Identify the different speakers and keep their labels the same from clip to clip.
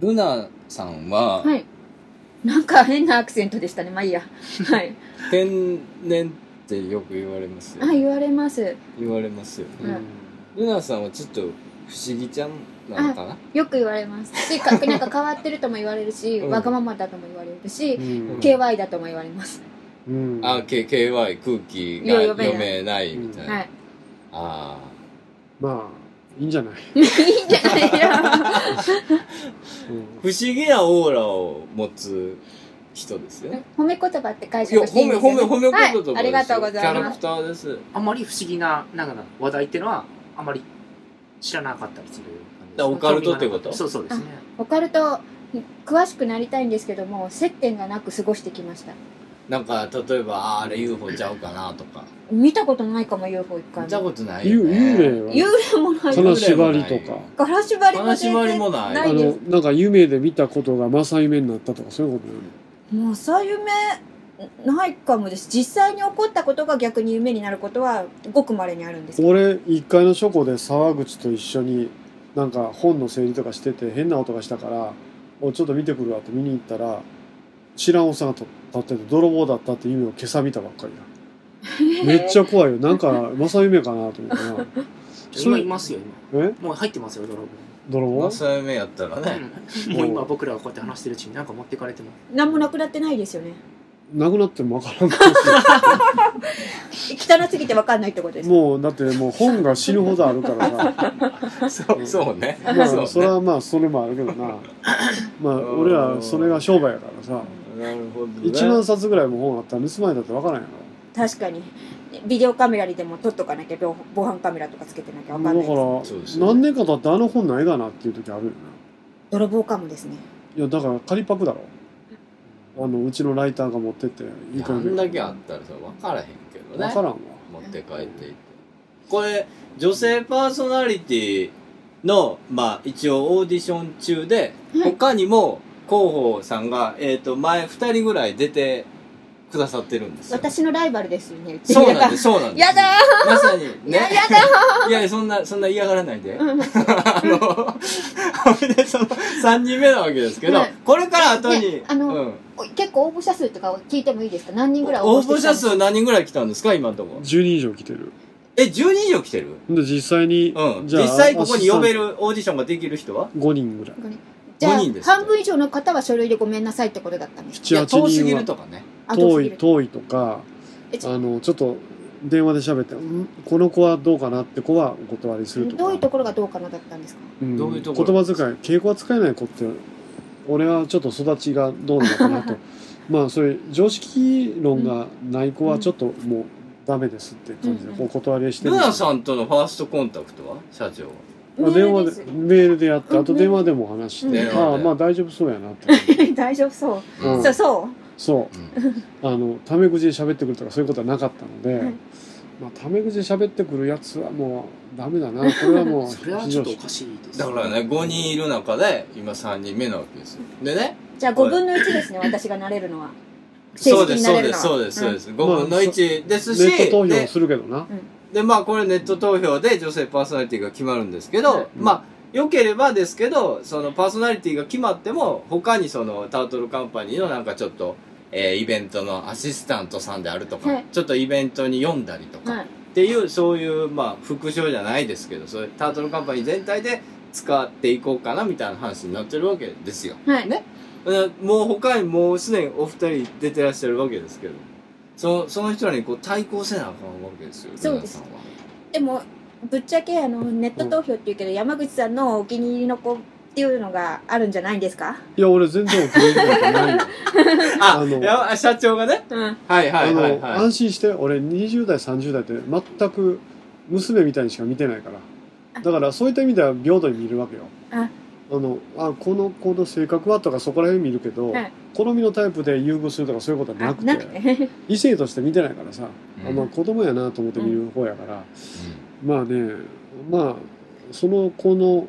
Speaker 1: ルナさんは、
Speaker 2: はい。なんか変なアクセントでしたね。ま あいいや。はい。
Speaker 1: 天然ってよく言われますよ、
Speaker 2: あ、言われます。
Speaker 1: 言われますよね、
Speaker 2: うん
Speaker 1: ルナさんはちょっと不思議ちゃんなのかな
Speaker 2: よく言われます。し、かなんか変わってるとも言われるし、
Speaker 1: うん
Speaker 2: わがままだとも言われるし、
Speaker 1: うん
Speaker 2: KY だとも言われます。
Speaker 3: うん
Speaker 1: あ、K、KY 空気が
Speaker 2: よ
Speaker 1: 読
Speaker 2: 読めない
Speaker 1: めないみたいな、
Speaker 2: はい。
Speaker 1: あ
Speaker 3: まあいいんじゃない、
Speaker 2: いいんじゃないよ。
Speaker 1: あ不思議なオーラを持つ人ですよね
Speaker 2: 褒め言葉って解
Speaker 1: いや
Speaker 2: 釈して
Speaker 1: 褒
Speaker 2: いいん
Speaker 1: め
Speaker 2: ですよ、
Speaker 1: 褒
Speaker 2: ね。
Speaker 1: め褒め言葉です、
Speaker 2: はい。ありがとうござい
Speaker 1: キャラ
Speaker 2: ま
Speaker 1: ク
Speaker 2: す。
Speaker 1: ターです
Speaker 4: あんまり不思議ななんかな話題っていうのはあんまり知らなかったりする感じです
Speaker 1: だからオカルトってこと
Speaker 4: そうそうですね
Speaker 2: オカルト詳しくなりたいんですけども、接点がなく過ごしてきました。
Speaker 1: なんか例えばあーあれ UFO ちゃうかなとか
Speaker 2: 見たことないかも UFO 一回
Speaker 1: 見た
Speaker 2: も。
Speaker 1: ことないよ
Speaker 3: 幽
Speaker 1: ね
Speaker 3: 幽
Speaker 2: 幽
Speaker 3: 霊は
Speaker 2: 霊もない
Speaker 3: そ。の縛りと
Speaker 1: 幽霊も
Speaker 3: か
Speaker 1: ない
Speaker 2: ガラシバリも全
Speaker 1: 金縛り
Speaker 2: 然
Speaker 1: もない
Speaker 3: あ
Speaker 2: ないで
Speaker 3: の
Speaker 2: す。
Speaker 3: なんか夢で見たことが正夢になったとかそういうことなの
Speaker 2: もうさ夢ないかもです。実際に起こったことが逆に夢になることはごく稀にあるんですけど。
Speaker 3: 俺一階の書庫で沢口と一緒になんか本の整理とかしてて変な音がしたから「おちょっと見てくるわ」って見に行ったら知らんおっさんが立ってて泥棒だったって夢を今朝見たばっかりだめっちゃ怖いよなんか正夢かなと思ったなそ
Speaker 4: 今
Speaker 3: れ
Speaker 4: いますよ今
Speaker 3: え
Speaker 4: もう入ってますよドラゴ
Speaker 3: 泥
Speaker 1: ま
Speaker 3: 棒
Speaker 1: あそういう目やったらね
Speaker 4: ンもう今僕らがこうやって話してるうちになんか持ってかれても
Speaker 2: 何もなくなってないですよね。
Speaker 3: なくなってもわからんか
Speaker 2: 汚すぎてわかんないってことで
Speaker 3: ら
Speaker 2: すか。
Speaker 3: もうだってもう本が死ぬほどあるからな
Speaker 1: そうそうね
Speaker 3: ま
Speaker 1: そう
Speaker 3: あ
Speaker 1: ね
Speaker 3: それはまあそれもあるけどなまあ俺らそれが商売やからさ
Speaker 1: なるほど、ね、
Speaker 3: 1万冊ぐらいも本あったら盗まれたってわからんやろ
Speaker 2: 確かに。ビデオカメラにでも撮っとかなきゃ、両方防犯カメラとかつけてなきゃ
Speaker 3: だ
Speaker 2: わ
Speaker 3: か
Speaker 2: からんないです。
Speaker 1: そうです
Speaker 3: 何年か経ってあの本ないかなっていう時あるよな
Speaker 2: 泥棒かもですね。
Speaker 3: いやだから仮パクだろあのうちのライターが持ってっていい
Speaker 1: あ
Speaker 3: か
Speaker 1: んだけあったらさ分からへんけどね
Speaker 3: 分からんわ
Speaker 1: 持って帰っていってこれ女性パーソナリティのまあ一応オーディション中で
Speaker 2: はい
Speaker 1: 他にも広報さんが、えっと前2人ぐらい出てくださってるんですよ
Speaker 2: 私のライバルですよね。
Speaker 1: そうなんですそうなんです
Speaker 2: やだ
Speaker 1: まさにね
Speaker 2: いやや
Speaker 1: いやそんなそんな嫌がらないで、
Speaker 2: ーうん
Speaker 1: あの、ほいでその3人目なわけですけど、
Speaker 2: はい
Speaker 1: これから後に、
Speaker 2: ねあの
Speaker 1: うん、
Speaker 2: 結構応募者数とか聞いてもいいですか何人ぐらい
Speaker 1: 応
Speaker 2: して
Speaker 1: 募
Speaker 2: きた
Speaker 1: 者
Speaker 2: んですか
Speaker 1: 数何人ぐらい来たんですか今のところ
Speaker 3: 10人以上来てる
Speaker 1: え10人以上来てる
Speaker 3: で実際に、
Speaker 1: うん
Speaker 3: じゃあ
Speaker 1: 実際ここに呼べ
Speaker 3: アシス
Speaker 1: るオーディションができる人は
Speaker 3: タント5人ぐらい
Speaker 2: じ
Speaker 1: 五
Speaker 2: ゃ
Speaker 1: 人です
Speaker 2: あ半分以上の方は書類でごめんなさいってことだったんです
Speaker 1: いや
Speaker 3: 78
Speaker 1: 遠すぎ
Speaker 3: 人
Speaker 1: る
Speaker 3: は
Speaker 1: とかね
Speaker 2: あどう
Speaker 3: 遠
Speaker 2: すぎ
Speaker 3: い
Speaker 2: る
Speaker 3: 遠いとか
Speaker 2: えち
Speaker 3: あのちょっと電話で喋ってんこの子はどうかなって子はお断りするとか
Speaker 2: どういうところがどうかなだったんですか
Speaker 3: うん
Speaker 1: どういうところ
Speaker 3: 言葉遣い敬語は使えない子って俺はちょっと育ちがどうなのかなと まあそういう常識論がない子はちょっともうダメですって感じ
Speaker 2: う
Speaker 3: で
Speaker 2: ん
Speaker 3: こうお断りして
Speaker 1: ルナさ
Speaker 3: ん
Speaker 1: んとのファーストコンタクトは社長は
Speaker 3: 電話
Speaker 2: メール
Speaker 3: でメールでやって
Speaker 2: うん
Speaker 3: あと電話でも話し
Speaker 2: 電
Speaker 3: て
Speaker 1: 話で
Speaker 3: ああまあ大丈夫そうやなっ て
Speaker 2: 大丈夫そう、
Speaker 3: う
Speaker 2: そ
Speaker 3: ん
Speaker 2: うそう
Speaker 3: そう
Speaker 1: うん
Speaker 3: あのタメ口で喋ってくるとかそういうことはなかったので、
Speaker 2: はい
Speaker 3: まあ、タメ口で喋ってくるやつはもうダメだなこれはもう
Speaker 4: それはちょっとおかしいです
Speaker 1: だからね5人いる中で今3人目なわけですよでね
Speaker 2: じゃあ5分の1ですね 私がなれるのは
Speaker 1: そう
Speaker 2: 政治
Speaker 1: で
Speaker 2: に
Speaker 1: す
Speaker 2: な
Speaker 1: そうですそう
Speaker 2: れるのは
Speaker 1: ですそう
Speaker 2: うん
Speaker 1: です5分の1ですし、
Speaker 3: ネット投票
Speaker 1: です
Speaker 3: るけどな
Speaker 1: でまあこれネット投票で女性パーソナリティが決まるんですけど、
Speaker 2: はい
Speaker 1: まあ良ければですけどそのパーソナリティが決まっても他にそのタートルカンパニーのなんかちょっと、えーイベントのアシスタントさんであるとか、
Speaker 2: はい
Speaker 1: ちょっとイベントに読んだりとか、
Speaker 2: はい
Speaker 1: っていうそういうまあ副賞じゃないですけどそういうタートルカンパニー全体で使っていこうかなみたいな話になってるわけですよ。
Speaker 2: はい
Speaker 1: ねうんもう他にもうすでにお二人出てらっしゃるわけですけどそその人らにこう対抗せなあかんわけですよ
Speaker 2: そうです
Speaker 1: ルナさんは。
Speaker 2: でもぶっちゃけあのネット投票っていうけど、山口さんのお気に入りの子っていうのがあるんじゃないんですか
Speaker 3: いや俺全然お気に入りなんてないよ
Speaker 1: あ、
Speaker 3: あの
Speaker 1: や社長がね。
Speaker 2: うん
Speaker 1: はいは
Speaker 3: あ
Speaker 1: い
Speaker 3: の、
Speaker 1: はいはい。
Speaker 3: 安心して俺20代30代って全く娘みたいにしか見てないからだからそういった意味では平等に見るわけよ
Speaker 2: あ
Speaker 3: のあこの子の性格はとかそこら辺見るけど、
Speaker 2: はい
Speaker 3: 好みのタイプで優遇するとかそういうことはなくて
Speaker 2: なくて
Speaker 3: 異性として見てないからさ、あ
Speaker 1: うん
Speaker 3: まあ、子供やなと思って見る方やから、まあねまあその子の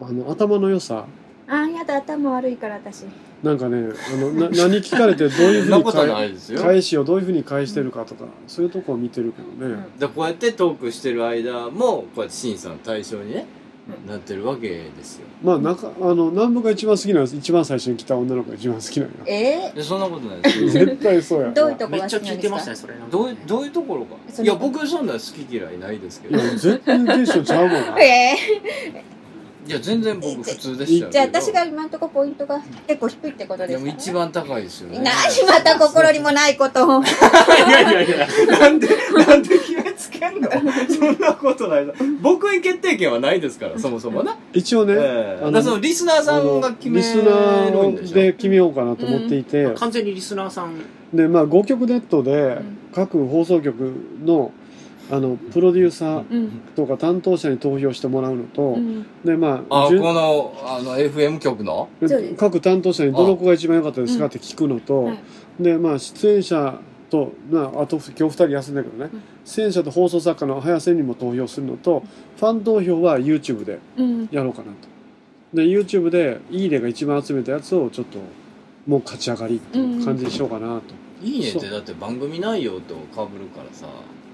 Speaker 3: あの頭の良さ
Speaker 2: あーやだ頭悪いから私
Speaker 3: なんかねあ のな何聞かれてどうい
Speaker 1: そん
Speaker 3: うふう
Speaker 1: な
Speaker 3: に
Speaker 1: こと
Speaker 3: 返
Speaker 1: ないですよ。
Speaker 3: 返しをどういうふうに返してるかとか、そういうとこを見てるけどね、
Speaker 2: うん
Speaker 1: でこうやってトークしてる間もこうやって審査の対象にねなってるわけですよ
Speaker 3: まあなんかあの南部が一番好きなんです一番最初に来た女の子が一番好 きなんや
Speaker 2: え
Speaker 1: でそんなことないですよ
Speaker 3: 絶対そうや
Speaker 2: どういうとこ
Speaker 4: め
Speaker 2: が好
Speaker 4: っちゃ
Speaker 2: きな
Speaker 4: 聞
Speaker 2: ん
Speaker 4: い
Speaker 2: で
Speaker 4: て
Speaker 2: す
Speaker 4: ました
Speaker 2: か
Speaker 4: ねそれなんか
Speaker 1: どう
Speaker 4: ね
Speaker 1: いどういうところか
Speaker 2: そ
Speaker 1: い
Speaker 2: の
Speaker 1: や僕そんな好き嫌いないですけ
Speaker 3: い
Speaker 1: ど
Speaker 3: や絶対テンションちゃうも ん
Speaker 2: え
Speaker 1: いや全然僕普通でしたけ
Speaker 2: ー、
Speaker 1: ど
Speaker 2: じゃあ私が今のところポイントが結構低いってことで
Speaker 1: です
Speaker 2: か、
Speaker 1: も
Speaker 2: ね、
Speaker 1: 一番高いですよね
Speaker 2: なにまた心にもないことを
Speaker 4: いやいやいや
Speaker 1: なんで、 なんで決めつけん のそんなことないな。僕に決定権はないですから、そもそもな。
Speaker 3: 一応ね、
Speaker 1: ええ
Speaker 3: あ
Speaker 1: だか
Speaker 3: の
Speaker 1: らそのリスナーさんが決め
Speaker 3: リスナ
Speaker 1: るんで
Speaker 3: ー
Speaker 1: しょ
Speaker 3: で決めようかなと思っていて、
Speaker 4: 完全にリスナーさん
Speaker 3: でまあ5局ネットで
Speaker 2: ん
Speaker 3: 各放送局のあのプロデューサー
Speaker 2: うん
Speaker 3: とか担当者に投票してもらうのと、
Speaker 2: うん
Speaker 3: でまあ
Speaker 1: あ、
Speaker 3: 順
Speaker 1: この、あの、FM 局の
Speaker 2: そうです
Speaker 3: 各担当者にどの子が一番良かったですかって聞くのと、
Speaker 2: はい
Speaker 3: でまあ出演者と、まあ、あと今日2人休んだけどね、
Speaker 2: うん
Speaker 3: 出演者と放送作家の早瀬にも投票するのと、ファン投票は YouTube で
Speaker 2: うん
Speaker 3: やろうかなとで YouTube で「いいね」が一番集めたやつをちょっともう勝ち上がりっていう感じにしようかなと、
Speaker 1: いいねっ
Speaker 3: そ
Speaker 1: てだって番組内容と被るからさ、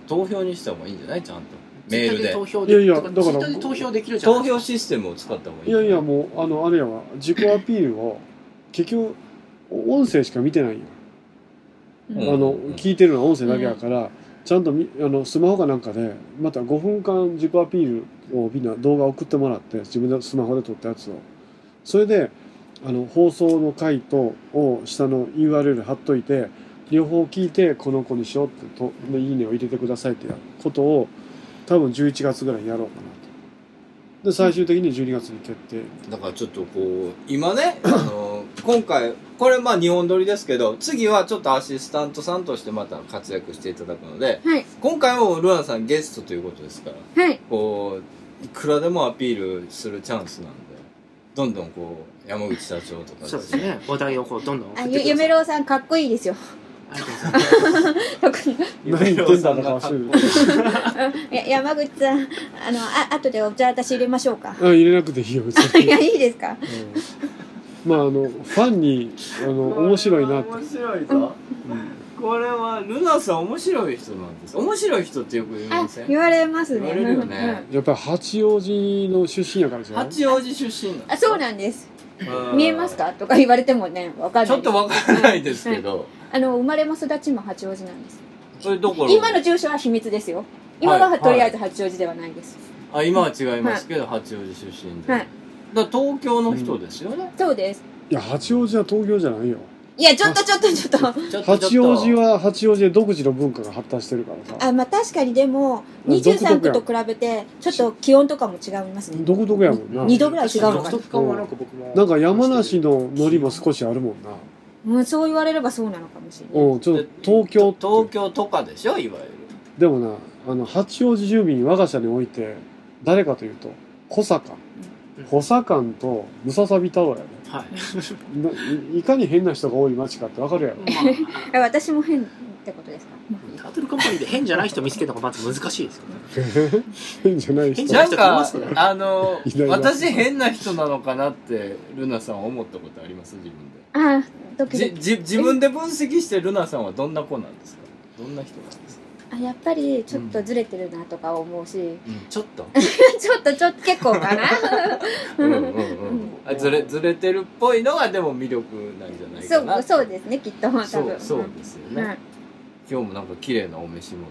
Speaker 1: 投票にした方がいいんじゃないちゃんと。メール
Speaker 4: ツイッ
Speaker 1: で
Speaker 4: タで投。票
Speaker 3: いやいやだ
Speaker 4: と
Speaker 3: から
Speaker 4: ツイッターで投票できるじゃん
Speaker 1: 投票システムを使った方がいい。
Speaker 3: いやいやもうあのあれやわ自己アピールを結局音声しか見てないよ、
Speaker 1: うん
Speaker 3: あの
Speaker 1: うん
Speaker 3: 聞いてるのは音声だけやから、ちゃんとみあのスマホかなんかでまた5分間自己アピールをみんな動画送ってもらって自分のスマホで撮ったやつをそれであの放送の回とを下の URL 貼っといて両方聞いてこの子にしようってと「いいね」を入れてくださいってやることを多分11月ぐらいにやろうかなとで最終的に12月に決定
Speaker 1: だからちょっとこう、今ね、 あの、今回、これまあ日本撮りですけど、次はちょっとアシスタントさんとしてまた活躍していただくので、
Speaker 2: はい
Speaker 1: 今回もルアンさんゲストということですから、
Speaker 2: はい
Speaker 1: こういくらでもアピールするチャンスなんでどんどんこう山口社長とか
Speaker 4: そうですね話題をこうどんどん
Speaker 2: あ
Speaker 4: 送ってくだ
Speaker 2: ゆ
Speaker 4: さい
Speaker 2: ゆめろうさんかっこいいで すよ
Speaker 4: ありがとうございます
Speaker 1: 夢郎さんがかっこいい
Speaker 3: 何言って
Speaker 2: や山口さんあのあ後でお茶私入れましょうか
Speaker 3: あ入れなくていいよ別
Speaker 2: い
Speaker 3: に
Speaker 2: やいいですか
Speaker 3: うんまああのファンにあの面白いなって
Speaker 1: 面白いぞこれはルナさん面白い人なんです面白い人ってよく言い
Speaker 2: あ
Speaker 1: ません
Speaker 2: 言われますね
Speaker 1: 言われるよね
Speaker 3: やっぱり八王子の出身やからじゃない
Speaker 1: 八王子出身な
Speaker 2: うんあそうんなんです
Speaker 1: うん
Speaker 2: 見えますかとか言われてもねわかん
Speaker 1: ち
Speaker 2: ない
Speaker 1: ょっ
Speaker 2: です
Speaker 1: とわからないですけど
Speaker 2: あの生まれも育ちも八王子なんです
Speaker 1: それどころ
Speaker 2: 今の住所は秘密ですよ今はとりあえず八王子ではないです、
Speaker 1: あ今は違いますけど八王子出身で
Speaker 2: は
Speaker 1: だ
Speaker 2: い
Speaker 1: から東京の人ですよね
Speaker 2: そうです
Speaker 3: いや八王子は東京じゃないよ
Speaker 2: いやちょっとちょっとちょっと
Speaker 1: ちょっと
Speaker 3: 八王子
Speaker 1: ちょっ
Speaker 3: は八王子で独自の文化が発達してるからさ
Speaker 2: あまあ確かにでも
Speaker 3: 独特やん
Speaker 2: 23区と比べてちょっと気温とかも違いますね
Speaker 3: 独特やもんな
Speaker 2: 二度ぐらい違うのかな
Speaker 4: 独特感はなんか僕も
Speaker 3: なんか山梨のノリも少しあるもんな
Speaker 2: うんそう言われればそうなのかもしれない
Speaker 3: うんちょっと東京
Speaker 1: と東
Speaker 3: って
Speaker 1: 京とかでしょいわゆる
Speaker 3: でもなあの八王子住民我が社において誰かというと小坂
Speaker 4: うん
Speaker 3: 小坂とムササビタワーやね
Speaker 4: はい
Speaker 3: ないいかに変な人が多い街かってわかるやろ
Speaker 2: え私も変ってことですか
Speaker 4: タートルカンパニーで変じゃない人見つけたのがまず難しいですよね。
Speaker 3: 変じゃない人
Speaker 4: 変じゃ
Speaker 1: なん
Speaker 4: い
Speaker 1: か
Speaker 4: ますよ、
Speaker 1: あの
Speaker 3: いない、な
Speaker 1: 私変な人なのかなって、ルナさんは思ったことあります自分で。
Speaker 2: あドキド
Speaker 1: じ、
Speaker 2: キ
Speaker 1: じ、自分で分析してルナさんはどんな子なんですかどんな人なんですか
Speaker 2: あやっぱりちょっとずれてるなとか思うし
Speaker 1: ちょっと。
Speaker 2: ちょっとちょっと結構か な
Speaker 1: うんうんうん。あずれ、ずれてるっぽいのがでも魅力なんじゃないか
Speaker 2: そ
Speaker 1: な。
Speaker 2: うそうですねきっと多分
Speaker 1: そう、そうですよ
Speaker 2: うん
Speaker 1: ね。今日もなんか綺麗なお召し物を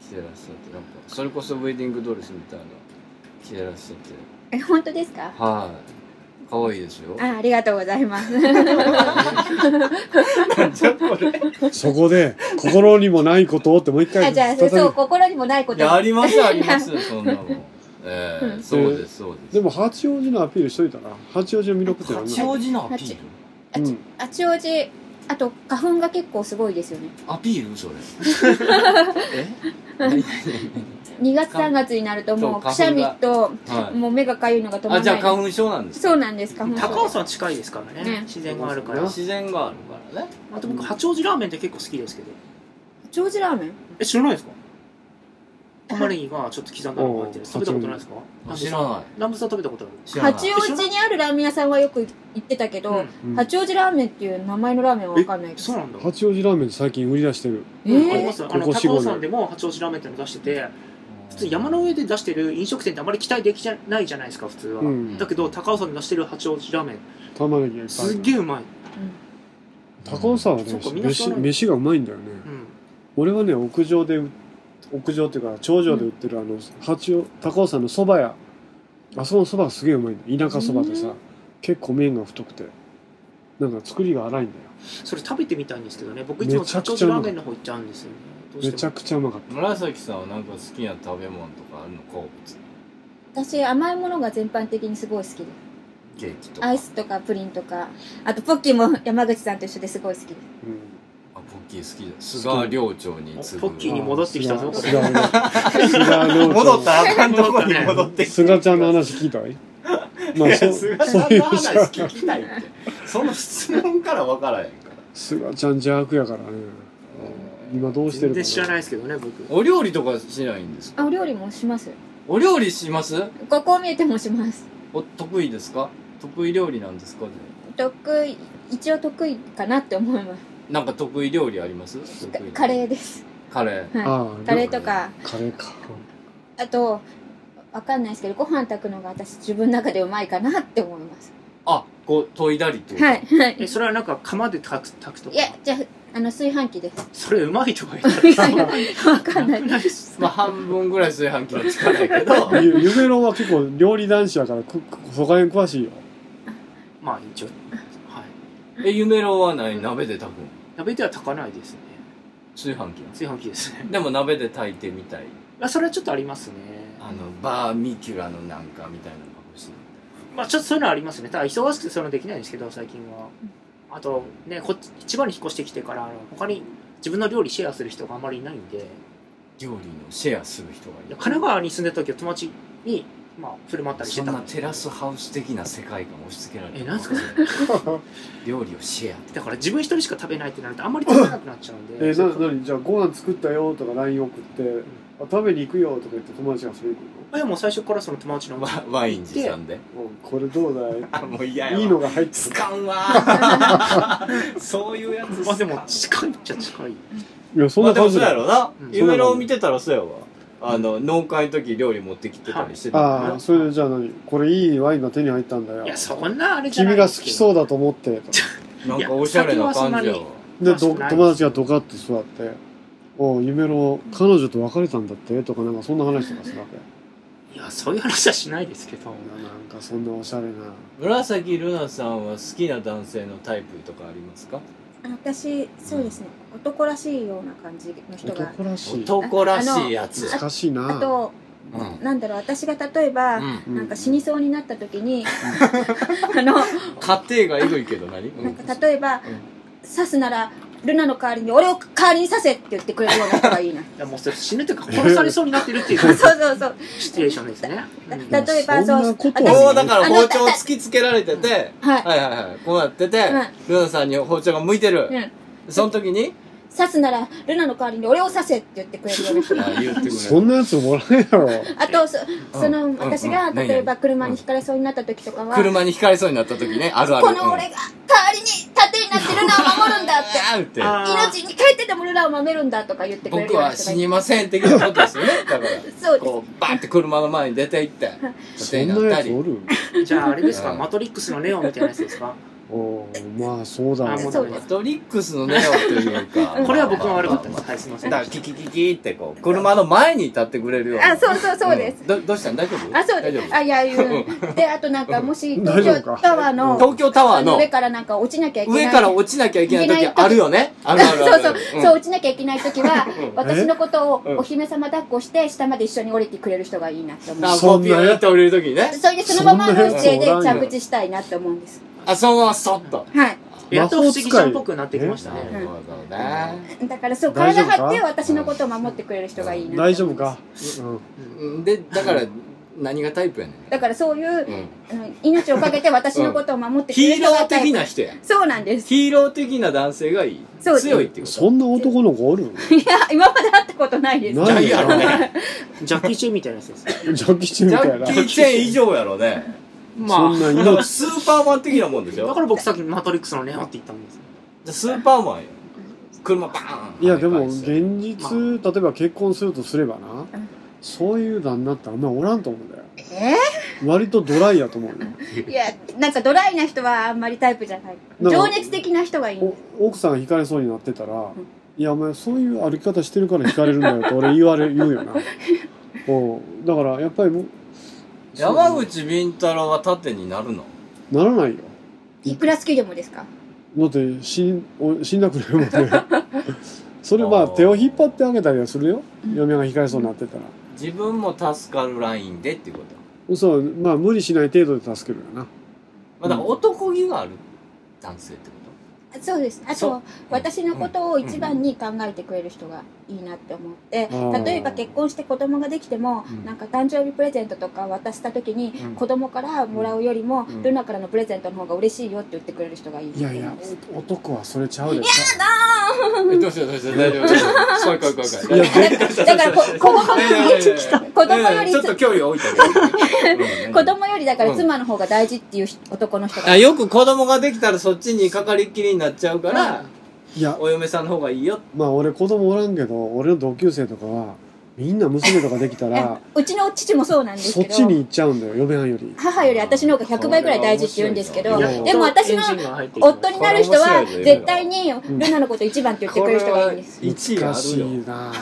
Speaker 1: 着てらっしゃって、なんか、それこそウェディングドレスみたいなの着てらっしゃって。
Speaker 2: え本当ですか
Speaker 1: はい。可愛いですよ。
Speaker 2: あありがとうございます
Speaker 3: そこで心にもないことをってもう一
Speaker 2: あ
Speaker 3: 回
Speaker 2: じゃあ
Speaker 3: 再び
Speaker 2: そう心にもないこ
Speaker 1: い
Speaker 2: と
Speaker 1: や、あり ますあります、そんなもん。ええ
Speaker 2: うん
Speaker 1: そうです、そうです。
Speaker 3: でも八王子のアピールしといたら八王子の魅力って何
Speaker 1: 八
Speaker 3: なの
Speaker 1: 王子のアピール
Speaker 2: 八
Speaker 3: うん
Speaker 2: 八王子あと花粉が結構すごいですよね
Speaker 1: アピールそれえ何
Speaker 2: 2月3月になるともう
Speaker 1: そう
Speaker 2: くしゃみ
Speaker 1: 花
Speaker 2: と
Speaker 1: はい
Speaker 2: もう目がかゆいのが止ま
Speaker 1: あじゃあ
Speaker 2: らな
Speaker 1: 花
Speaker 2: い
Speaker 1: 粉症なんですか
Speaker 2: そうなんです花粉症
Speaker 4: 高尾山近いですからね
Speaker 2: ね
Speaker 4: 自然があるから
Speaker 3: そう
Speaker 1: 自然があるからね
Speaker 4: あと僕八王子ラーメンって結構好きですけど
Speaker 2: 八王子ラーメン
Speaker 4: え知らないですか玉ねぎがちょっと刻んだのが入ってる
Speaker 3: おう
Speaker 4: 食べたことないですか
Speaker 1: あ知らない
Speaker 4: ラムさん食べたことある
Speaker 1: 知らない
Speaker 2: 八王子にあるラーメン屋さんはよく行ってたけど、
Speaker 4: う
Speaker 3: うん
Speaker 2: 八王子ラーメンっていう名前のラーメンは分かんない
Speaker 4: ん
Speaker 2: です
Speaker 4: そうなんだ
Speaker 3: 八王子ラーメン最近売り出してる
Speaker 2: えー
Speaker 4: ありますあ
Speaker 3: ここ
Speaker 4: の
Speaker 3: 四
Speaker 4: 高
Speaker 3: 五
Speaker 4: 尾
Speaker 3: 年
Speaker 4: 山でも八王子ラーメンっての出してて普通山の上で出してる飲食店ってあまり期待できじゃないじゃないですか普通は、
Speaker 3: うん
Speaker 4: だけど高尾山で出してる八王子ラーメン
Speaker 3: 玉ねぎがいっぱいあ
Speaker 4: す
Speaker 3: る
Speaker 4: っげえうまい、
Speaker 3: 高尾さんはね
Speaker 4: そうかみんな
Speaker 3: 飯
Speaker 4: 知らない
Speaker 3: 飯がうまいんだよね、
Speaker 4: うん、
Speaker 3: 俺はね屋上で屋上っていうか頂上で売ってるあの八王高尾山のそば屋あそこのそばがすげえうまいんだよ田舎そばで
Speaker 2: う
Speaker 3: さ
Speaker 2: ん
Speaker 3: 結構麺が太くてなんか作りが荒いんだよ
Speaker 4: それ食べてみたいんですけどね僕いつも
Speaker 3: めちゃ
Speaker 4: 八
Speaker 3: く
Speaker 4: 王
Speaker 3: ちゃ
Speaker 4: 子
Speaker 3: うま
Speaker 4: ラ
Speaker 3: い
Speaker 4: ーメンの方行っちゃうんですよねど
Speaker 3: め
Speaker 4: うしても
Speaker 3: ちゃくちゃうまかっ
Speaker 1: 紫さんはなんか好きな食べ物とかあるの好物
Speaker 2: 私甘いものが全般的にすごい好きです
Speaker 1: ケーキとか
Speaker 2: アイスとかプリンとかあとポッキーも山口さんと一緒ですごい好きです
Speaker 3: た、うん
Speaker 1: あポッキー好きだ菅寮長に次ぐ
Speaker 4: ポッキーに戻ってきたぞこれ
Speaker 3: 菅菅 寮長
Speaker 1: 戻ったあかんとこに戻ってきた
Speaker 3: 菅ちゃんの話聞いたわい
Speaker 1: い
Speaker 3: ま あ
Speaker 1: や
Speaker 3: そ
Speaker 1: 菅ちゃ
Speaker 3: そ
Speaker 1: ん
Speaker 3: うい
Speaker 1: の
Speaker 3: う
Speaker 1: 話
Speaker 3: さ
Speaker 1: 聞きたいってその質問から分からへんから
Speaker 3: 菅ちゃん邪悪やからね今どうしてる
Speaker 4: 全
Speaker 3: か
Speaker 4: 然知らないですけどね僕
Speaker 1: お料理とかしないんですか
Speaker 2: あお料理もします
Speaker 1: お料理します
Speaker 2: ここを見えてもします
Speaker 1: お得意ですか得意料理なんですかで
Speaker 2: 得意一応得意かなって思います
Speaker 1: なんか得意料理あります
Speaker 2: かカレー
Speaker 1: ー
Speaker 2: です、
Speaker 1: カレー
Speaker 2: はい、
Speaker 3: ああ
Speaker 2: カレーとか
Speaker 3: カレーか
Speaker 2: あとわかんないですけどご飯炊くのが私自分の中でうまいかなって思います
Speaker 1: あこう研いだりってこと
Speaker 2: はいはい
Speaker 4: えそれはなんか釜で炊く炊くとか
Speaker 2: いやじゃああの炊飯器です
Speaker 4: それうまいとか言
Speaker 2: い
Speaker 4: っ
Speaker 2: やいや わ
Speaker 4: た
Speaker 2: からんない
Speaker 4: なくないです
Speaker 1: まあ半分ぐらい炊飯器の力やけど
Speaker 3: ゆ夢郎は結構料理男子やからくくそこら辺詳しいよ
Speaker 4: まあ一応はい
Speaker 1: え夢郎は何鍋で炊くの
Speaker 4: 鍋では炊かないですね
Speaker 1: 炊飯器なんです
Speaker 4: 炊飯器ですね
Speaker 1: でも鍋で炊いてみたい
Speaker 4: あそれはちょっとありますね
Speaker 1: あのバーミキュラのなんかみたいなのが欲しい
Speaker 4: まあちょっとそういうのはありますねただ忙しくてそういうのできないんですけど最近はあとねこっち千葉に引っ越してきてからあの他に自分の料理シェアする人があんまりいないんで
Speaker 1: 料理のシェアする人がい
Speaker 4: いや
Speaker 1: る
Speaker 4: 神奈川に住んでた時は友達に、まあ、振る舞ったりして
Speaker 1: そん
Speaker 4: た
Speaker 1: なん
Speaker 4: です
Speaker 1: テラスハウス的な世界観押し付けられて
Speaker 4: えなんすか
Speaker 1: 料理をシ ェア
Speaker 4: だから自分一人しか食べないってなるとあんまり食べなくなっちゃうんで
Speaker 3: えー、ななにじゃあご飯作ったよとか LINE 送って、あ食べに行くよとか言って友達がそれ行
Speaker 4: いやもう最初からその友達の
Speaker 1: ワワイン持参で
Speaker 3: くの、うん、これどうだ
Speaker 1: あもう嫌
Speaker 3: いいいのが入って
Speaker 1: つ
Speaker 3: る
Speaker 1: かん わそういうやつ
Speaker 4: まあでも近いっちゃ近い
Speaker 3: いやそん
Speaker 1: まあ
Speaker 3: な
Speaker 1: でも
Speaker 3: 感
Speaker 1: そ
Speaker 3: じ
Speaker 1: う
Speaker 3: だ
Speaker 1: や
Speaker 3: よ、
Speaker 1: ろな
Speaker 4: うん
Speaker 1: 夢のを見てたらそうやわあの農会の時料理持ってきてたりしてたもんね
Speaker 3: ああそれでじゃあ何これいいワインが手に入ったんだよ
Speaker 4: いやそんなあれじゃな
Speaker 3: 君
Speaker 4: い
Speaker 3: が好き
Speaker 4: う
Speaker 3: そうだと 思ってと
Speaker 1: なんかおしゃれな感じ
Speaker 4: い
Speaker 1: や
Speaker 4: や酒はそんな
Speaker 1: わ
Speaker 4: に
Speaker 3: で
Speaker 4: まあそ
Speaker 3: ど
Speaker 4: うない
Speaker 3: 友達がドカッて座って「おう夢の彼女と別れたんだって」とかなんかそんな話とかするわけ
Speaker 4: いやそういう話はしないですけど
Speaker 3: いやなんかそんなおしゃれな
Speaker 1: 紫ルナさんは好きな男性のタイプとかありますか
Speaker 2: 私そうですね男らしいような感じの人が
Speaker 3: 男らしい
Speaker 1: 男らしいやつ
Speaker 3: 難しいな
Speaker 2: あと
Speaker 1: うん
Speaker 2: なんだろう私が例えば、
Speaker 1: うん
Speaker 2: なんか死にそうになった時に、 あの
Speaker 1: 家庭がエグいけど何
Speaker 2: なんか例えば、
Speaker 1: うん
Speaker 2: 刺すならルナの代わりに俺を代わりに刺せって言ってくれるような人がいいな
Speaker 4: いやもうそれ死ぬというか殺されそうになってるっていう
Speaker 2: そう
Speaker 4: シ
Speaker 2: そうそう
Speaker 4: チュエーションですね、うん
Speaker 2: だ例えば
Speaker 3: そん
Speaker 2: そ
Speaker 3: な
Speaker 2: う
Speaker 3: こ
Speaker 2: 私
Speaker 3: と
Speaker 1: も
Speaker 3: は
Speaker 1: うだ
Speaker 3: ね
Speaker 1: から包丁突きつけられてて
Speaker 2: はい、
Speaker 1: はいはいはいこうなってて
Speaker 2: う
Speaker 1: ルナさんに包丁が向いて
Speaker 2: う
Speaker 1: る
Speaker 2: ん、
Speaker 1: その時に
Speaker 2: 刺すならルナの代わりに俺を刺せって言ってくれるような 人
Speaker 1: あ言ってくれ
Speaker 3: そんなやつもらえんやろ
Speaker 2: あとそそ
Speaker 1: うんう
Speaker 2: の
Speaker 1: ん
Speaker 2: 私が
Speaker 1: うん何
Speaker 2: 例えば車にひかれそうになった時とかは、
Speaker 1: 車にひかれそうになった時ねあるある
Speaker 2: この俺が代わりに盾になってルナを守るんだって
Speaker 1: あーって
Speaker 4: あー
Speaker 2: 命に帰ってでもルナを守るんだとか言ってくれる
Speaker 1: 僕
Speaker 2: ような
Speaker 1: は
Speaker 2: 人
Speaker 1: 死
Speaker 2: がいる
Speaker 1: にません的なことですよねだ から
Speaker 2: そうです
Speaker 1: こうバーって車の前に出て行って
Speaker 3: そ
Speaker 1: 盾に
Speaker 3: ん
Speaker 1: な
Speaker 3: な
Speaker 1: った
Speaker 3: やつ
Speaker 1: り
Speaker 3: おる
Speaker 4: じゃああれですか
Speaker 1: うん
Speaker 4: マトリックスのネオみたいなやつですか
Speaker 3: おーまあそうだわ
Speaker 4: あもう
Speaker 2: そ
Speaker 4: ダ
Speaker 2: う
Speaker 4: メ
Speaker 2: で
Speaker 1: マ
Speaker 4: だ
Speaker 1: トリックスのネオという か
Speaker 4: これは僕も悪かったですはいすいませ
Speaker 1: だか
Speaker 4: ん
Speaker 1: らキキキキってこう車の前に立ってくれるような
Speaker 2: あそうそうそうです、
Speaker 1: んどどうしたん大丈夫
Speaker 2: あ、そう
Speaker 1: 大丈
Speaker 2: で
Speaker 1: 夫
Speaker 2: す。あ、いや、うん。で、あとなんか、もし、
Speaker 3: 大丈
Speaker 2: 東京
Speaker 3: 夫か
Speaker 2: タワーの、
Speaker 1: 東京タワー
Speaker 2: あの
Speaker 1: の
Speaker 2: 上からなんか落ちなきゃいけない。
Speaker 1: 上から落ちなきゃいけない
Speaker 2: いけ
Speaker 1: 時
Speaker 2: ない時
Speaker 1: あるよねあるあるあ
Speaker 2: そう
Speaker 1: る
Speaker 2: そう、
Speaker 1: ん
Speaker 2: そう落ちなきゃいけない時は
Speaker 1: ん
Speaker 2: 私のことを
Speaker 1: うん
Speaker 2: お姫様抱っこして下まで一緒に降りてくれる人がいいなって思う
Speaker 1: あこ
Speaker 3: そ
Speaker 1: うんピ
Speaker 3: な
Speaker 1: ューって降りる時にね
Speaker 2: それでそのままの姿勢で
Speaker 3: そんなやつおらんよ
Speaker 2: 着地したいなって思うんです
Speaker 1: あそのままそっと
Speaker 2: はい
Speaker 4: やっと不思議ちゃんっぽくなってきました
Speaker 1: な
Speaker 4: ね
Speaker 1: るほどね
Speaker 2: だからそう
Speaker 3: 大丈
Speaker 2: 体
Speaker 3: 夫
Speaker 2: 張
Speaker 3: か
Speaker 2: って私のことを守ってくれる人がいいなって思う
Speaker 3: 大丈夫か、うん、
Speaker 1: うんでだから何がタイプやねん
Speaker 2: だからそういう、
Speaker 1: うん
Speaker 2: うん命をかけて私のことを守ってく
Speaker 1: ヒ
Speaker 2: れる
Speaker 1: ー
Speaker 2: 人
Speaker 1: ロ
Speaker 2: が
Speaker 1: ー
Speaker 2: タイプ
Speaker 1: 的な人や
Speaker 2: そうなんです
Speaker 1: ヒーロー的な男性がいい
Speaker 2: そうです
Speaker 1: 強いっていうこと
Speaker 3: そんな男の子おる
Speaker 2: いや今まで会ったことないです
Speaker 3: な
Speaker 1: ないやろね
Speaker 4: ジャッキー・チェンみたいなやつですね
Speaker 3: ジャッキーチェン
Speaker 1: ジ
Speaker 3: み
Speaker 1: ャ
Speaker 3: たい
Speaker 1: ッ
Speaker 3: な
Speaker 1: キー・チェン以上やろね
Speaker 4: ま
Speaker 3: そんな
Speaker 4: あ
Speaker 1: だから
Speaker 3: 命
Speaker 1: スーパーマン的なもんでしょ
Speaker 4: だから僕さっきマトリックスのネオって言ったんです
Speaker 1: じゃあスーパーマンや車バーン
Speaker 3: いやで
Speaker 1: 跳ね
Speaker 3: も
Speaker 1: 返して
Speaker 3: 現実例えば結婚するとすればなそういう旦那ってあんまおらんと思うんだよ
Speaker 2: え
Speaker 3: 割とドライやと思うよ
Speaker 2: ー、いやなんかドライな人はあんまりタイプじゃない
Speaker 3: なんか
Speaker 2: 情熱的な人がいい
Speaker 3: お奥さんが惹かれそうになってたら「いやお前そういう歩き方してるから惹かれるんだよ」って俺言われ言うよなおだからやっぱりもう
Speaker 1: 山口敏太郎は縦になるの
Speaker 3: ならないよ
Speaker 2: いくら好きでもですか
Speaker 3: だって死んお死んだくらいもんねそれまあ手を引っ張ってあげたりはするよ
Speaker 2: うん
Speaker 3: 嫁が惹かれそうになってたら
Speaker 1: 自分も助かるラインでっていうこと
Speaker 3: そうまあ無理しない程度で助けるよな
Speaker 1: まあ、だから男気がある男性ってこ
Speaker 2: そうですあ
Speaker 1: そ
Speaker 2: と私のことを一番に考えてくれる人がいいなって思って
Speaker 3: うん
Speaker 2: 例えば結婚して子供ができても
Speaker 1: うん
Speaker 2: なんか誕生日プレゼントとか渡した時に
Speaker 1: うん
Speaker 2: 子供からもらうよりも
Speaker 1: うん
Speaker 2: ルナからのプレゼントの方が嬉しいよって言ってくれる人がいいって
Speaker 3: いやい
Speaker 2: 言う
Speaker 3: や
Speaker 2: んです
Speaker 3: お男はそれちゃうで
Speaker 1: とえどうしようどうしよう大丈夫大丈夫怖い怖い怖い怖い
Speaker 3: い
Speaker 2: だ
Speaker 3: や
Speaker 2: からだからこ子供よ り子供より
Speaker 1: ちょっと距離を置いたけ
Speaker 2: 子供よりだから妻の方が大事っていう人男の人が
Speaker 1: あよく子供ができたらそっちにかかりっきりになっちゃうから、
Speaker 3: いや
Speaker 1: お嫁さんの方がいいよ
Speaker 3: まあ俺子供おらんけど俺の同級生とかはみんな娘とかできたら
Speaker 2: うちの父もそうなんです
Speaker 3: そっ
Speaker 2: け
Speaker 3: ちに
Speaker 2: ど
Speaker 3: 行っちゃうんだよ嫁はんより
Speaker 2: 母より私の方が100倍ぐらい大事って言うんですけど
Speaker 3: いやいや
Speaker 2: でも私の夫になる人は絶対にルナのこと一番って言ってくれる人がいいんです
Speaker 1: 1位
Speaker 3: 難
Speaker 1: あ
Speaker 3: し
Speaker 1: るよ
Speaker 3: いな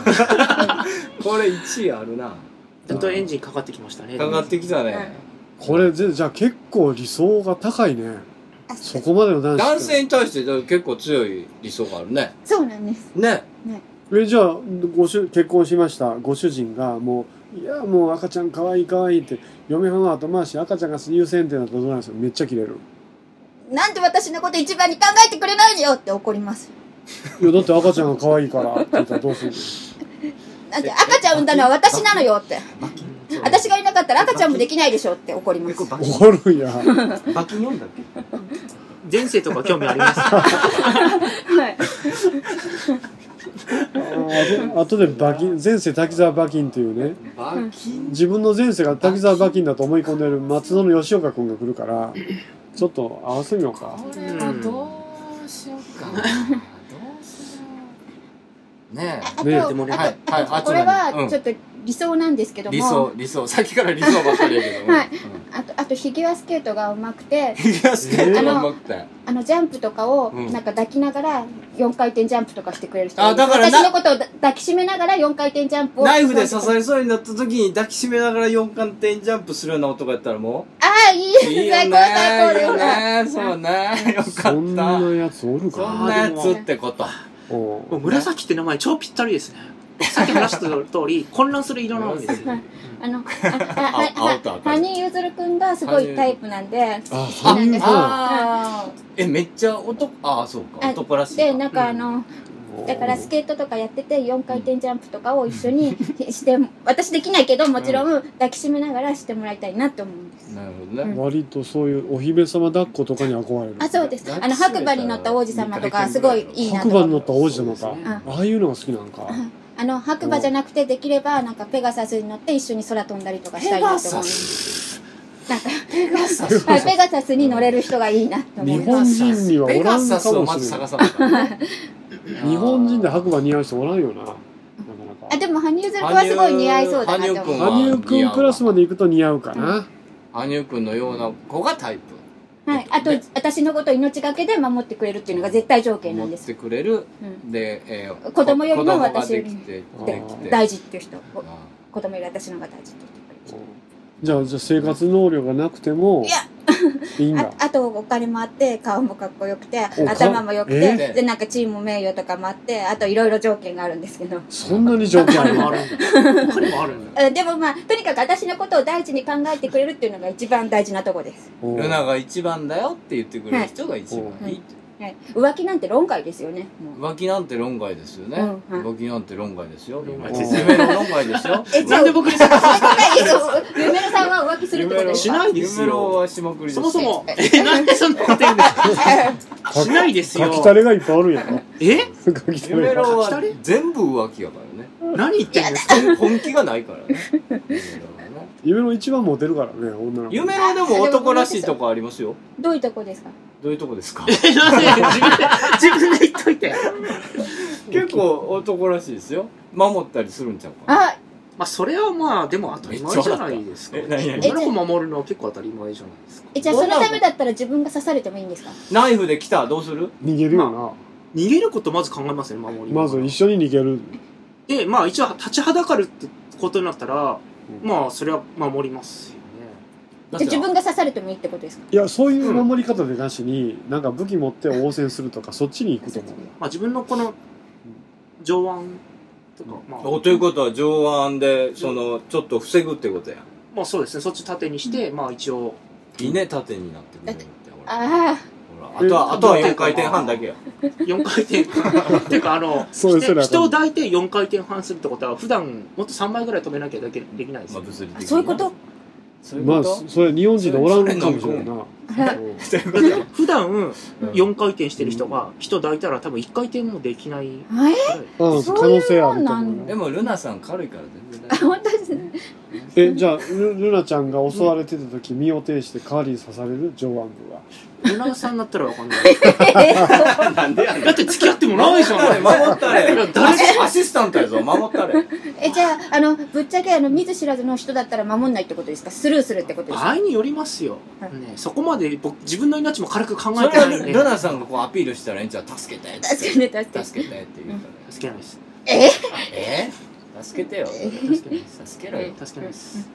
Speaker 1: これ1位あるな
Speaker 4: ずっとエンジンかかってきましたね
Speaker 1: かかってきたね、
Speaker 3: これぜじゃあ結構理想が高いね
Speaker 2: あ
Speaker 3: そこまでの男子って
Speaker 1: 男性に対してだから結構強い理想があるね
Speaker 2: そうなんです
Speaker 1: ね
Speaker 3: えじゃあご主結婚しましたご主人がもういやもう赤ちゃん可愛い可愛いって嫁はんは後回し赤ちゃんが優先ってなったらどうなんですよめっちゃ切れる
Speaker 2: なんで私のこと一番に考えてくれないのよって怒ります
Speaker 3: いやだって赤ちゃんが可愛いからって言ったらど うする
Speaker 2: だって赤ちゃん産んだのは私なのよって私がいなかったら赤ちゃんもできないでしょって怒ります
Speaker 1: バ
Speaker 3: おるんや
Speaker 1: バキン読んだっけ
Speaker 4: 前世とか興味あります
Speaker 2: はい
Speaker 3: ああとで馬琴前世滝沢馬琴っていうね
Speaker 1: バキン
Speaker 3: 自分の前世が滝沢馬琴だと思い込んでる松園吉岡君が来るからちょっと合わせみようか
Speaker 1: これはどうしようかなどうしよう ねえ
Speaker 2: あと、
Speaker 3: ね
Speaker 2: あ
Speaker 4: でもね
Speaker 2: と
Speaker 1: はいはいあ
Speaker 2: あとこれはちょっと理想なんですけども、
Speaker 1: 理想理想さ っきから理想ばっかりやけど
Speaker 2: はい
Speaker 1: うん
Speaker 2: あとあとフィギュアスケートがうまくて
Speaker 1: フィギュアスケートが上手くて
Speaker 2: あのジャンプとかを
Speaker 1: うん
Speaker 2: なんか抱きながら4回転ジャンプとかしてくれる人がいる
Speaker 1: あだからな
Speaker 2: 私のことをだ抱きしめながら4回転ジャンプを
Speaker 1: ナイフで刺されそうになった時に抱きしめながら4回転ジャンプするような男やったらも
Speaker 2: ああいい です
Speaker 1: ういいよ
Speaker 2: 最
Speaker 1: ね
Speaker 2: 高最高
Speaker 1: いい
Speaker 2: です
Speaker 1: よねそうねよかった
Speaker 3: そんなやつおる
Speaker 1: そ
Speaker 3: か
Speaker 1: んなやつってこと
Speaker 3: なおう
Speaker 4: 紫って名前超ぴったりですねさっき話した通 り混乱する色なんですよ
Speaker 2: あの、あ、
Speaker 1: あ青と
Speaker 2: あ、は、
Speaker 1: 赤
Speaker 2: 羽生結弦くんがすごいタイプなんで、
Speaker 3: あ
Speaker 2: 好きなんで
Speaker 3: 羽生
Speaker 2: す
Speaker 3: か
Speaker 1: ああえめっちゃ男ああそうか
Speaker 2: あ
Speaker 1: 男らしい
Speaker 2: で、
Speaker 1: か
Speaker 2: なんかあの、だからスケートとかやってて4回転ジャンプとかを一 緒にして、私できないけど、もちろん抱きしめながらしてもらいたいなって思うんです。
Speaker 1: なるほどね
Speaker 3: 割とそういうお姫様抱っことかに憧れる
Speaker 2: あ、そうです。あ
Speaker 1: 抱き
Speaker 2: の、
Speaker 1: しめた
Speaker 2: 白
Speaker 1: ら
Speaker 2: 馬に乗った王子様とか、すごいいいなと思
Speaker 3: 白馬
Speaker 2: う
Speaker 3: に乗った王子様か
Speaker 4: そうです
Speaker 2: ね
Speaker 3: ああいうのが好きなんか
Speaker 2: あの、白馬じゃなくて、できれば、なんかペガサスに乗って一緒に空飛んだりとかしたいなと思う。なんか、
Speaker 1: ペガサス
Speaker 2: はいペガサスに乗れる人がいいなと思
Speaker 3: 日
Speaker 2: います。
Speaker 3: 本人にはお
Speaker 1: ペ
Speaker 3: ら
Speaker 1: ガ
Speaker 3: ん
Speaker 1: サス
Speaker 3: か
Speaker 1: を
Speaker 3: も
Speaker 1: まず
Speaker 3: しれな
Speaker 1: 探
Speaker 3: い
Speaker 1: さなきゃ
Speaker 3: 日本人で白馬似合う人おらんよななかな
Speaker 2: あ、
Speaker 3: か
Speaker 2: でも、羽生結弦君はすごい似合いそうだなっ
Speaker 1: 羽
Speaker 2: て
Speaker 1: 生
Speaker 2: 思
Speaker 1: 君
Speaker 2: う
Speaker 1: は。
Speaker 3: 羽生くんクラスまで行くと似合うかな
Speaker 1: 羽生くんのような子がタイプ
Speaker 2: はい、あと
Speaker 1: で
Speaker 2: 私のことを命がけで守ってくれるっていうのが絶対条件な
Speaker 1: 持
Speaker 2: ん
Speaker 1: っ
Speaker 2: です
Speaker 1: て、くれる
Speaker 2: うん、
Speaker 1: で、えー
Speaker 2: 子供よりも
Speaker 1: 子供が
Speaker 2: 私よ
Speaker 1: で
Speaker 2: り
Speaker 1: きて
Speaker 3: うん
Speaker 1: できて
Speaker 2: 大事っていう人
Speaker 1: あ
Speaker 2: お子供より私の方が大事っていう
Speaker 3: じゃあじゃあ生活能力がなくても
Speaker 2: いや
Speaker 3: いいん
Speaker 2: 人
Speaker 3: だ
Speaker 2: ああとお金もあって顔もかっこよくて
Speaker 3: お
Speaker 2: 頭もよく
Speaker 3: え
Speaker 2: てでなんか地位も名誉とかもあってあといろいろ条件があるんですけど
Speaker 3: そんなに条件あ
Speaker 4: 彼
Speaker 3: る
Speaker 4: もあるんだ彼もあるんだ
Speaker 2: えでもまあとにかく私のことを第一に考えてくれるっていうのが一番大事なとこです、
Speaker 3: おう
Speaker 1: ルナが一番だよって言ってくれる人が一番いいって
Speaker 2: はい、浮気なんて論外ですよねもう
Speaker 1: 浮気なんて論外ですよね、
Speaker 2: うんはい
Speaker 1: 浮気なんて論外ですよ
Speaker 4: 論
Speaker 1: 夢
Speaker 4: 外
Speaker 3: ですよ
Speaker 1: の論外ですよ
Speaker 2: え
Speaker 4: なんで僕に そんな
Speaker 2: あそこがいいです夢野さんは浮気するってことです
Speaker 4: しな
Speaker 2: か
Speaker 4: いですよ
Speaker 1: 夢のはしまくりです
Speaker 4: そ
Speaker 1: よ
Speaker 4: もそもえなんでそんなこと言うんですかしないです
Speaker 3: か
Speaker 4: よ
Speaker 3: きたれがいっぱいあるんやろ
Speaker 4: え
Speaker 3: かきた
Speaker 1: 夢
Speaker 3: れ
Speaker 1: の
Speaker 3: が
Speaker 1: は全部浮気やからね
Speaker 4: 何言ってんですか
Speaker 1: 本本気がないからね
Speaker 3: 夢の一番モテるからね女の子
Speaker 1: 夢のでも男らしいとこありますよ
Speaker 2: どういうとこですか
Speaker 1: どういうとこですか
Speaker 4: えなんで自分で自分で言っといて
Speaker 1: 結構男らしいですよ守ったりするんちゃうかな
Speaker 2: あ
Speaker 4: まあそれはまあでも当たり前じゃないですか
Speaker 1: めっちゃ笑った
Speaker 4: 女の子守るのは結構当たり前じゃないですか
Speaker 2: えじゃあそのためだったら自分が刺されてもいいんですか
Speaker 1: ナイフで来たどうする
Speaker 3: 逃げるよな、
Speaker 4: 逃げることまず考えますね守り
Speaker 3: まず一緒に逃げる
Speaker 4: でまあ一応立ちはだかるってことになったら、
Speaker 3: うん
Speaker 4: まあそれは守りますよね
Speaker 1: だっ
Speaker 2: じ
Speaker 1: て
Speaker 2: ゃあ自分が刺されてもいいってことですか
Speaker 3: いやそういう守り方でなしに、なんか武器持って応戦するとかそっちに行くと思う
Speaker 4: まあ自分のこの上腕とか、まあ
Speaker 1: おということは上腕でそのちょっと防ぐってことや
Speaker 4: まあそうですねそっち縦にして、まあ一応
Speaker 1: いいね縦になってくるってほら
Speaker 2: あ
Speaker 1: ほらあとはあとは4回転半だけや
Speaker 4: 4回転っていうかあの
Speaker 3: そうです
Speaker 4: 人
Speaker 3: ね
Speaker 4: 人を抱いて4回転半するってことは普段もっと3倍ぐらい止めなきゃだけできないです
Speaker 1: まあ
Speaker 4: よ、
Speaker 1: 物理的
Speaker 2: あ
Speaker 1: に
Speaker 2: そういうこと
Speaker 1: そういう
Speaker 3: ま
Speaker 1: こ
Speaker 3: あ
Speaker 1: と
Speaker 3: そそれ日本人でおらんかもしれないな
Speaker 2: あ
Speaker 3: うん
Speaker 1: そういうこと
Speaker 4: だっ
Speaker 1: や
Speaker 4: て普段
Speaker 1: うん
Speaker 4: 4回転してる人が人抱いたら多分1回転もできないぐ
Speaker 2: あえ
Speaker 4: らい
Speaker 3: うん
Speaker 2: そ
Speaker 3: 可
Speaker 2: うい
Speaker 3: 能
Speaker 2: う
Speaker 3: 性あると
Speaker 2: もんなん
Speaker 3: 思う
Speaker 1: で
Speaker 3: よ
Speaker 1: もルナさん軽いから全然大
Speaker 2: あ
Speaker 1: 丈夫
Speaker 2: 本当ですね
Speaker 3: えじゃあルルナちゃんが襲われてた時身を挺してカーリー刺される上腕部は
Speaker 4: ルナさんになったらわかんない
Speaker 1: なんでやねん
Speaker 4: だって付き合ってもないじゃん
Speaker 1: 守ったれ
Speaker 4: いや
Speaker 1: 守ったれアシアシスタントやぞ守ったれ
Speaker 2: えじゃああのぶっちゃけあの見ず知らずの人だったら守んないってことですかスルーするってことです
Speaker 4: 場
Speaker 2: か
Speaker 4: 合によりますよ、
Speaker 2: はい
Speaker 4: ね、そこまで僕自分の命も軽く考
Speaker 1: そ
Speaker 4: え
Speaker 1: れ
Speaker 4: てな
Speaker 1: はい
Speaker 4: ん
Speaker 1: ル
Speaker 4: で
Speaker 1: ルナさんがこうアピールしたらええんちゃう助けて
Speaker 2: 助けて助けて
Speaker 1: 助けてって言うか
Speaker 4: 助けないです
Speaker 2: え
Speaker 1: らえ助けてよ
Speaker 4: 助けないです
Speaker 1: 助けろよ
Speaker 4: 助けないです、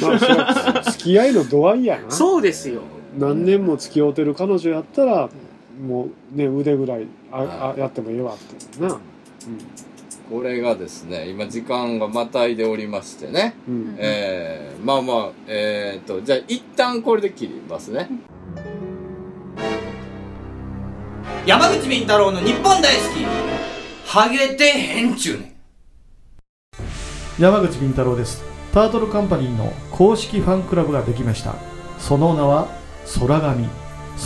Speaker 3: まあそれは 付き合いの度合いやな
Speaker 4: そうですよ
Speaker 3: 何年も付き合うてる彼女やったらもうね腕ぐらいああやってもええわってな
Speaker 1: これがですね今時間がまたいでおりましてね
Speaker 3: うんうん
Speaker 1: えー、まあまあえー、とじゃあ一旦これで切りますね
Speaker 5: 山口敏太郎の日本大好きハゲてへんちゅうねん
Speaker 6: 山口敏太郎ですタートルカンパニーの公式ファンクラブができましたその名は空神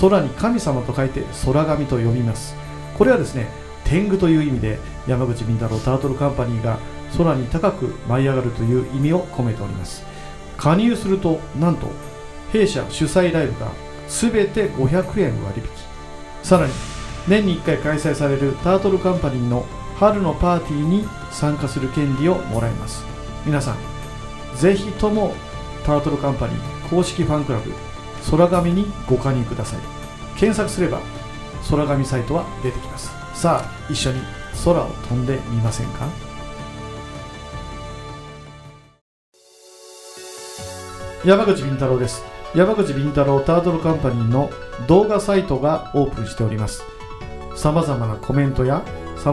Speaker 6: 空に神様と書いて空神と呼びますこれはですね天狗という意味で山口敏太郎タートルカンパニーが空に高く舞い上がるという意味を込めております加入するとなんと弊社主催ライブが全て500円割引さらに年に1回開催されるタートルカンパニーの春のパーティーに参加する権利をもらえます皆さんぜひともタートルカンパニー公式ファンクラブ空紙にご加入ください検索すれば空紙サイトは出てきますさあ一緒に空を飛んでみませんか山口敏太郎です山口敏太郎タートルカンパニーの動画サイトがオープンしておりますさまざまなコメントやさ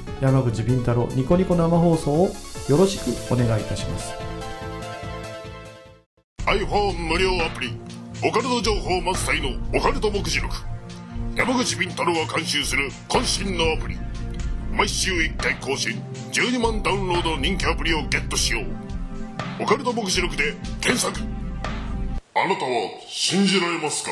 Speaker 6: 山口敏太郎ニコニコ生放送をよろしくお願いいたします
Speaker 7: iPhone 無料アプリオカルト情報満載のオカルト目次録山口敏太郎が監修する渾身のアプリ毎週1回更新12万ダウンロードの人気アプリをゲットしようオカルト目次録で検索あなたは信じられますか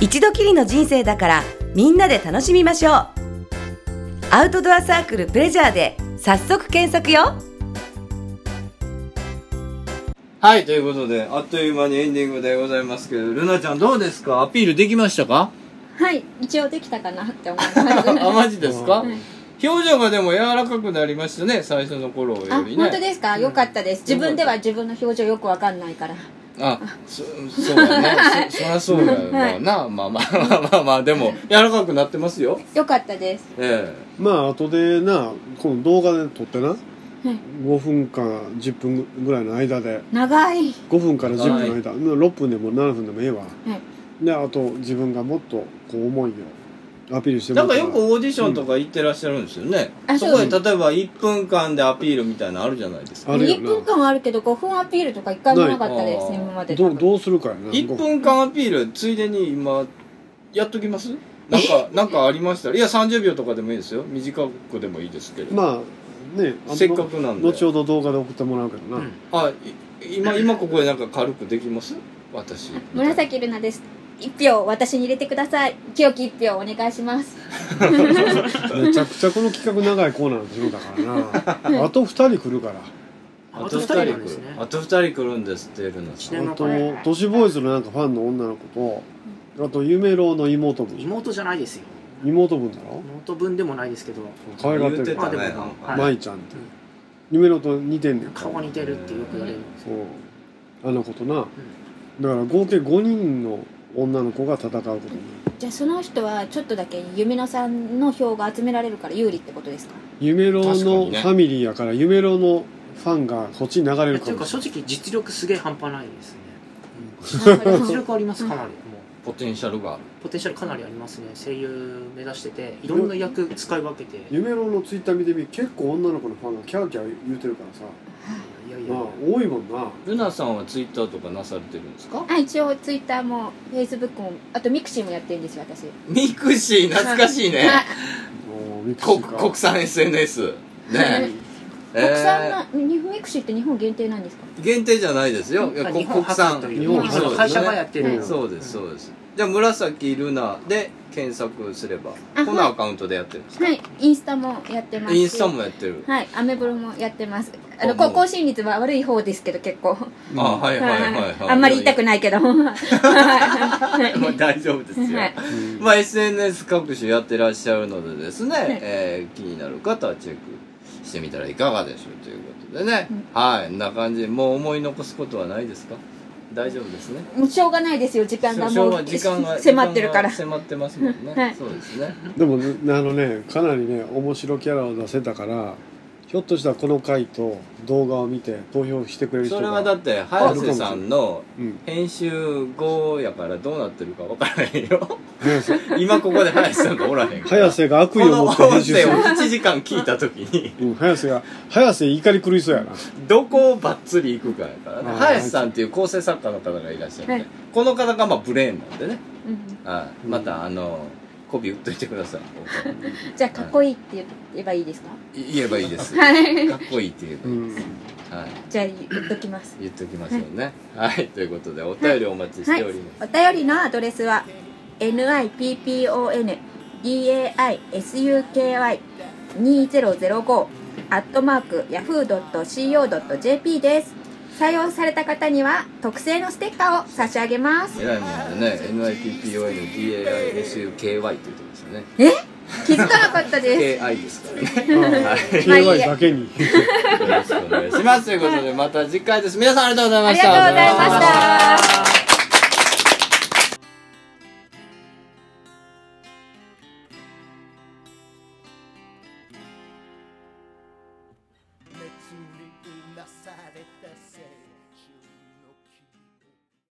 Speaker 8: 一度きりの人生だからみんなで楽しみましょうアウトドアサークルプレジャーで早速検索よ
Speaker 1: はいということであっという間にエンディングでございますけどルナちゃんどうですかアピールできましたか
Speaker 2: はい一応できたかなって思います
Speaker 1: あマジですか
Speaker 3: うん
Speaker 1: 表情がでも柔らかくなりましたね最初の頃よりね
Speaker 2: あ本当ですかよかったです自分では自分の表情よくわかんないから
Speaker 1: あ、そ、そうだね。そ、そりゃそうだよ。
Speaker 2: はい
Speaker 1: まあな、まあま あまあまあまあ、でも、柔らかくなってますよ。
Speaker 2: よかったです
Speaker 1: え
Speaker 3: まあ後でなこの動画で撮ってな5分か10分ぐらいの間で
Speaker 2: 長い
Speaker 3: 5分から10分の間、6分でも7分でもええわ、であと自分がもっとこう思いをアピールして
Speaker 1: な
Speaker 3: も
Speaker 1: ん
Speaker 3: ら
Speaker 1: か
Speaker 3: ったら
Speaker 1: よくオーディションとか行ってらっしゃるんですよね、
Speaker 2: あ
Speaker 1: そ
Speaker 2: そう
Speaker 1: こで例えば1分間でアピールみたいなのあるじゃないですか
Speaker 3: あるよ
Speaker 2: 1
Speaker 3: な
Speaker 2: 分間はあるけど5分アピールとか1回もなかったです
Speaker 1: ない
Speaker 2: 今まで
Speaker 3: どうどうするかやな
Speaker 1: 1分間アピールついでに今やっときますなんかなんかありましたらいや30秒とかでもいいですよ短くでもいいですけど、
Speaker 3: まあねあの
Speaker 1: せっかくなんで
Speaker 3: 後ほど動画で送ってもらうけどな、
Speaker 4: うん
Speaker 1: あい今今ここでなんか軽くできます私
Speaker 2: 紫ルナです1票私に入れてください清き1票お願いします
Speaker 3: めちゃくちゃこの企画長いコーナーのるだから なあと2人来るから
Speaker 4: あと2人なんですね
Speaker 1: あと二人来るんですってルナ
Speaker 4: 一
Speaker 1: さん
Speaker 4: 年
Speaker 3: あ
Speaker 4: の
Speaker 3: と
Speaker 4: 子
Speaker 3: 都市ボーイズのなんかファンの女の子とあと夢郎の妹分
Speaker 4: 妹じゃないですよ
Speaker 3: 妹分だろ
Speaker 4: 妹分でもないですけど
Speaker 3: 可愛がって
Speaker 1: 言って
Speaker 3: る
Speaker 1: たね
Speaker 4: まあでも
Speaker 1: なんか
Speaker 4: はい
Speaker 3: 舞ちゃんって夢郎と似てんねん
Speaker 4: 顔似てるってよく言われる
Speaker 3: そうあの子となだから合計5人の女の子が戦うことになる
Speaker 2: じゃあその人はちょっとだけ夢野さんの票が集められるから有利ってことです か
Speaker 3: 夢郎
Speaker 1: 確か
Speaker 3: の
Speaker 1: に
Speaker 3: フ
Speaker 1: ね
Speaker 3: ァミリーやから夢郎のファンがこっちに流れる
Speaker 4: って
Speaker 3: か
Speaker 4: いう
Speaker 3: も
Speaker 4: か
Speaker 3: しれ
Speaker 4: 正
Speaker 3: ない
Speaker 4: 直実力すげえ半端ないですね
Speaker 2: なるほど
Speaker 4: 実力ありますかなりもう
Speaker 1: ポテンシャルがある
Speaker 4: ポテンシャルかなりありますね声優目指してていろんな役使い分けてい
Speaker 3: 夢郎のツイッター見てみ結構女の子のファンがキャーキャー言うてるからさ、
Speaker 4: やいやいや
Speaker 3: まあ、多いもんな
Speaker 1: ルナさんはツイッターとかなされてるんですか
Speaker 2: あ一応ツイッターもフェイスブックもあとミクシーもやってるんですよ私
Speaker 1: ミクシー懐かしいね
Speaker 2: はい
Speaker 3: おーミクシ
Speaker 1: 国
Speaker 3: ーか
Speaker 1: 国産 SNS ね
Speaker 2: 国産
Speaker 1: え
Speaker 2: の日本ミクシーって日本限定なんですか
Speaker 1: ー限定じゃないですよいや
Speaker 4: まあ
Speaker 1: こ
Speaker 4: 日
Speaker 1: 国
Speaker 4: 本
Speaker 1: 産
Speaker 4: 初という
Speaker 3: 日本
Speaker 4: まあ
Speaker 3: 初ですね
Speaker 4: 会社がやってる、
Speaker 2: うん
Speaker 1: そうですそうですじゃあ紫ルナで検索すれば
Speaker 2: あ
Speaker 1: このアカウントでやってるんですか
Speaker 2: はいインスタもやってます
Speaker 1: インスタもやってる
Speaker 2: はいアメブロもやってますあ
Speaker 1: あ
Speaker 2: の
Speaker 1: もう
Speaker 2: 高校進率は悪い方ですけど結構
Speaker 1: あはいはいはいはい
Speaker 2: あんまり言いたくないけどはい
Speaker 1: まあ大丈夫ですよ
Speaker 2: はい
Speaker 3: うん
Speaker 1: まあ、SNS 各種やってらっしゃるのでですね、
Speaker 2: い
Speaker 1: えー気になる方はチェックしてみたらいかがでしょうということでね、
Speaker 2: うん
Speaker 1: はいこんな感じでもう思い残すことはないですか大丈夫ですね
Speaker 2: もうしょうがないですよ時間が
Speaker 1: 昭
Speaker 2: も
Speaker 1: 和
Speaker 2: う
Speaker 1: 時間が
Speaker 2: 迫ってるから
Speaker 1: 時間が迫ってますもんね、
Speaker 2: はい
Speaker 1: そうですね
Speaker 3: でもねあのねかなりね面白キャラを出せたからひょっとしたらこの回と動画を見て投票してくれる人
Speaker 1: そ
Speaker 3: が
Speaker 1: れはだって早瀬さんの
Speaker 3: うんね
Speaker 1: 編集後やからどうなってるかわからへん よ
Speaker 3: そう
Speaker 1: 今ここで早瀬さんがおらへんから
Speaker 3: 早瀬が悪意
Speaker 1: この
Speaker 3: を持
Speaker 1: 音
Speaker 3: って
Speaker 1: 声を
Speaker 3: 編集する、
Speaker 1: 1時間聞いた時に
Speaker 3: うん、早瀬が早瀬怒り狂いそうやな
Speaker 1: どこをばっつり行くかやからね
Speaker 3: あー
Speaker 1: 林さんっていう構成作家の方がいらっしゃって、
Speaker 2: はい
Speaker 1: この方がまあブレーンなんでね、
Speaker 2: うん
Speaker 1: はい
Speaker 3: うん
Speaker 1: またあの媚び売っといてください
Speaker 2: じゃあかっこいいって言えばいいですか
Speaker 1: い言えばいいですかっ
Speaker 2: はい
Speaker 1: こいいって言えば
Speaker 3: う
Speaker 1: いい、
Speaker 3: ん
Speaker 1: はい、
Speaker 2: じゃあ言っときます
Speaker 1: 言っときましょうねはい、ということでお便りお待ちしております、
Speaker 2: お便りのアドレスは nippondaisuky2005 アットマーク yahoo.co.jp です採用された方には特製のステッカーを差し上げます
Speaker 1: えらいもんでね NIPPONDAISUKY って言ってますよね
Speaker 2: 気づかなかったです
Speaker 1: KI ですからね
Speaker 2: まあいい
Speaker 3: KY
Speaker 2: や
Speaker 3: だけに
Speaker 1: よろしくお願いしますということでまた次回です皆さんありがとうござい
Speaker 2: あ
Speaker 1: ま
Speaker 2: り
Speaker 1: し
Speaker 2: が
Speaker 1: た
Speaker 2: とうございました
Speaker 5: うなされたせい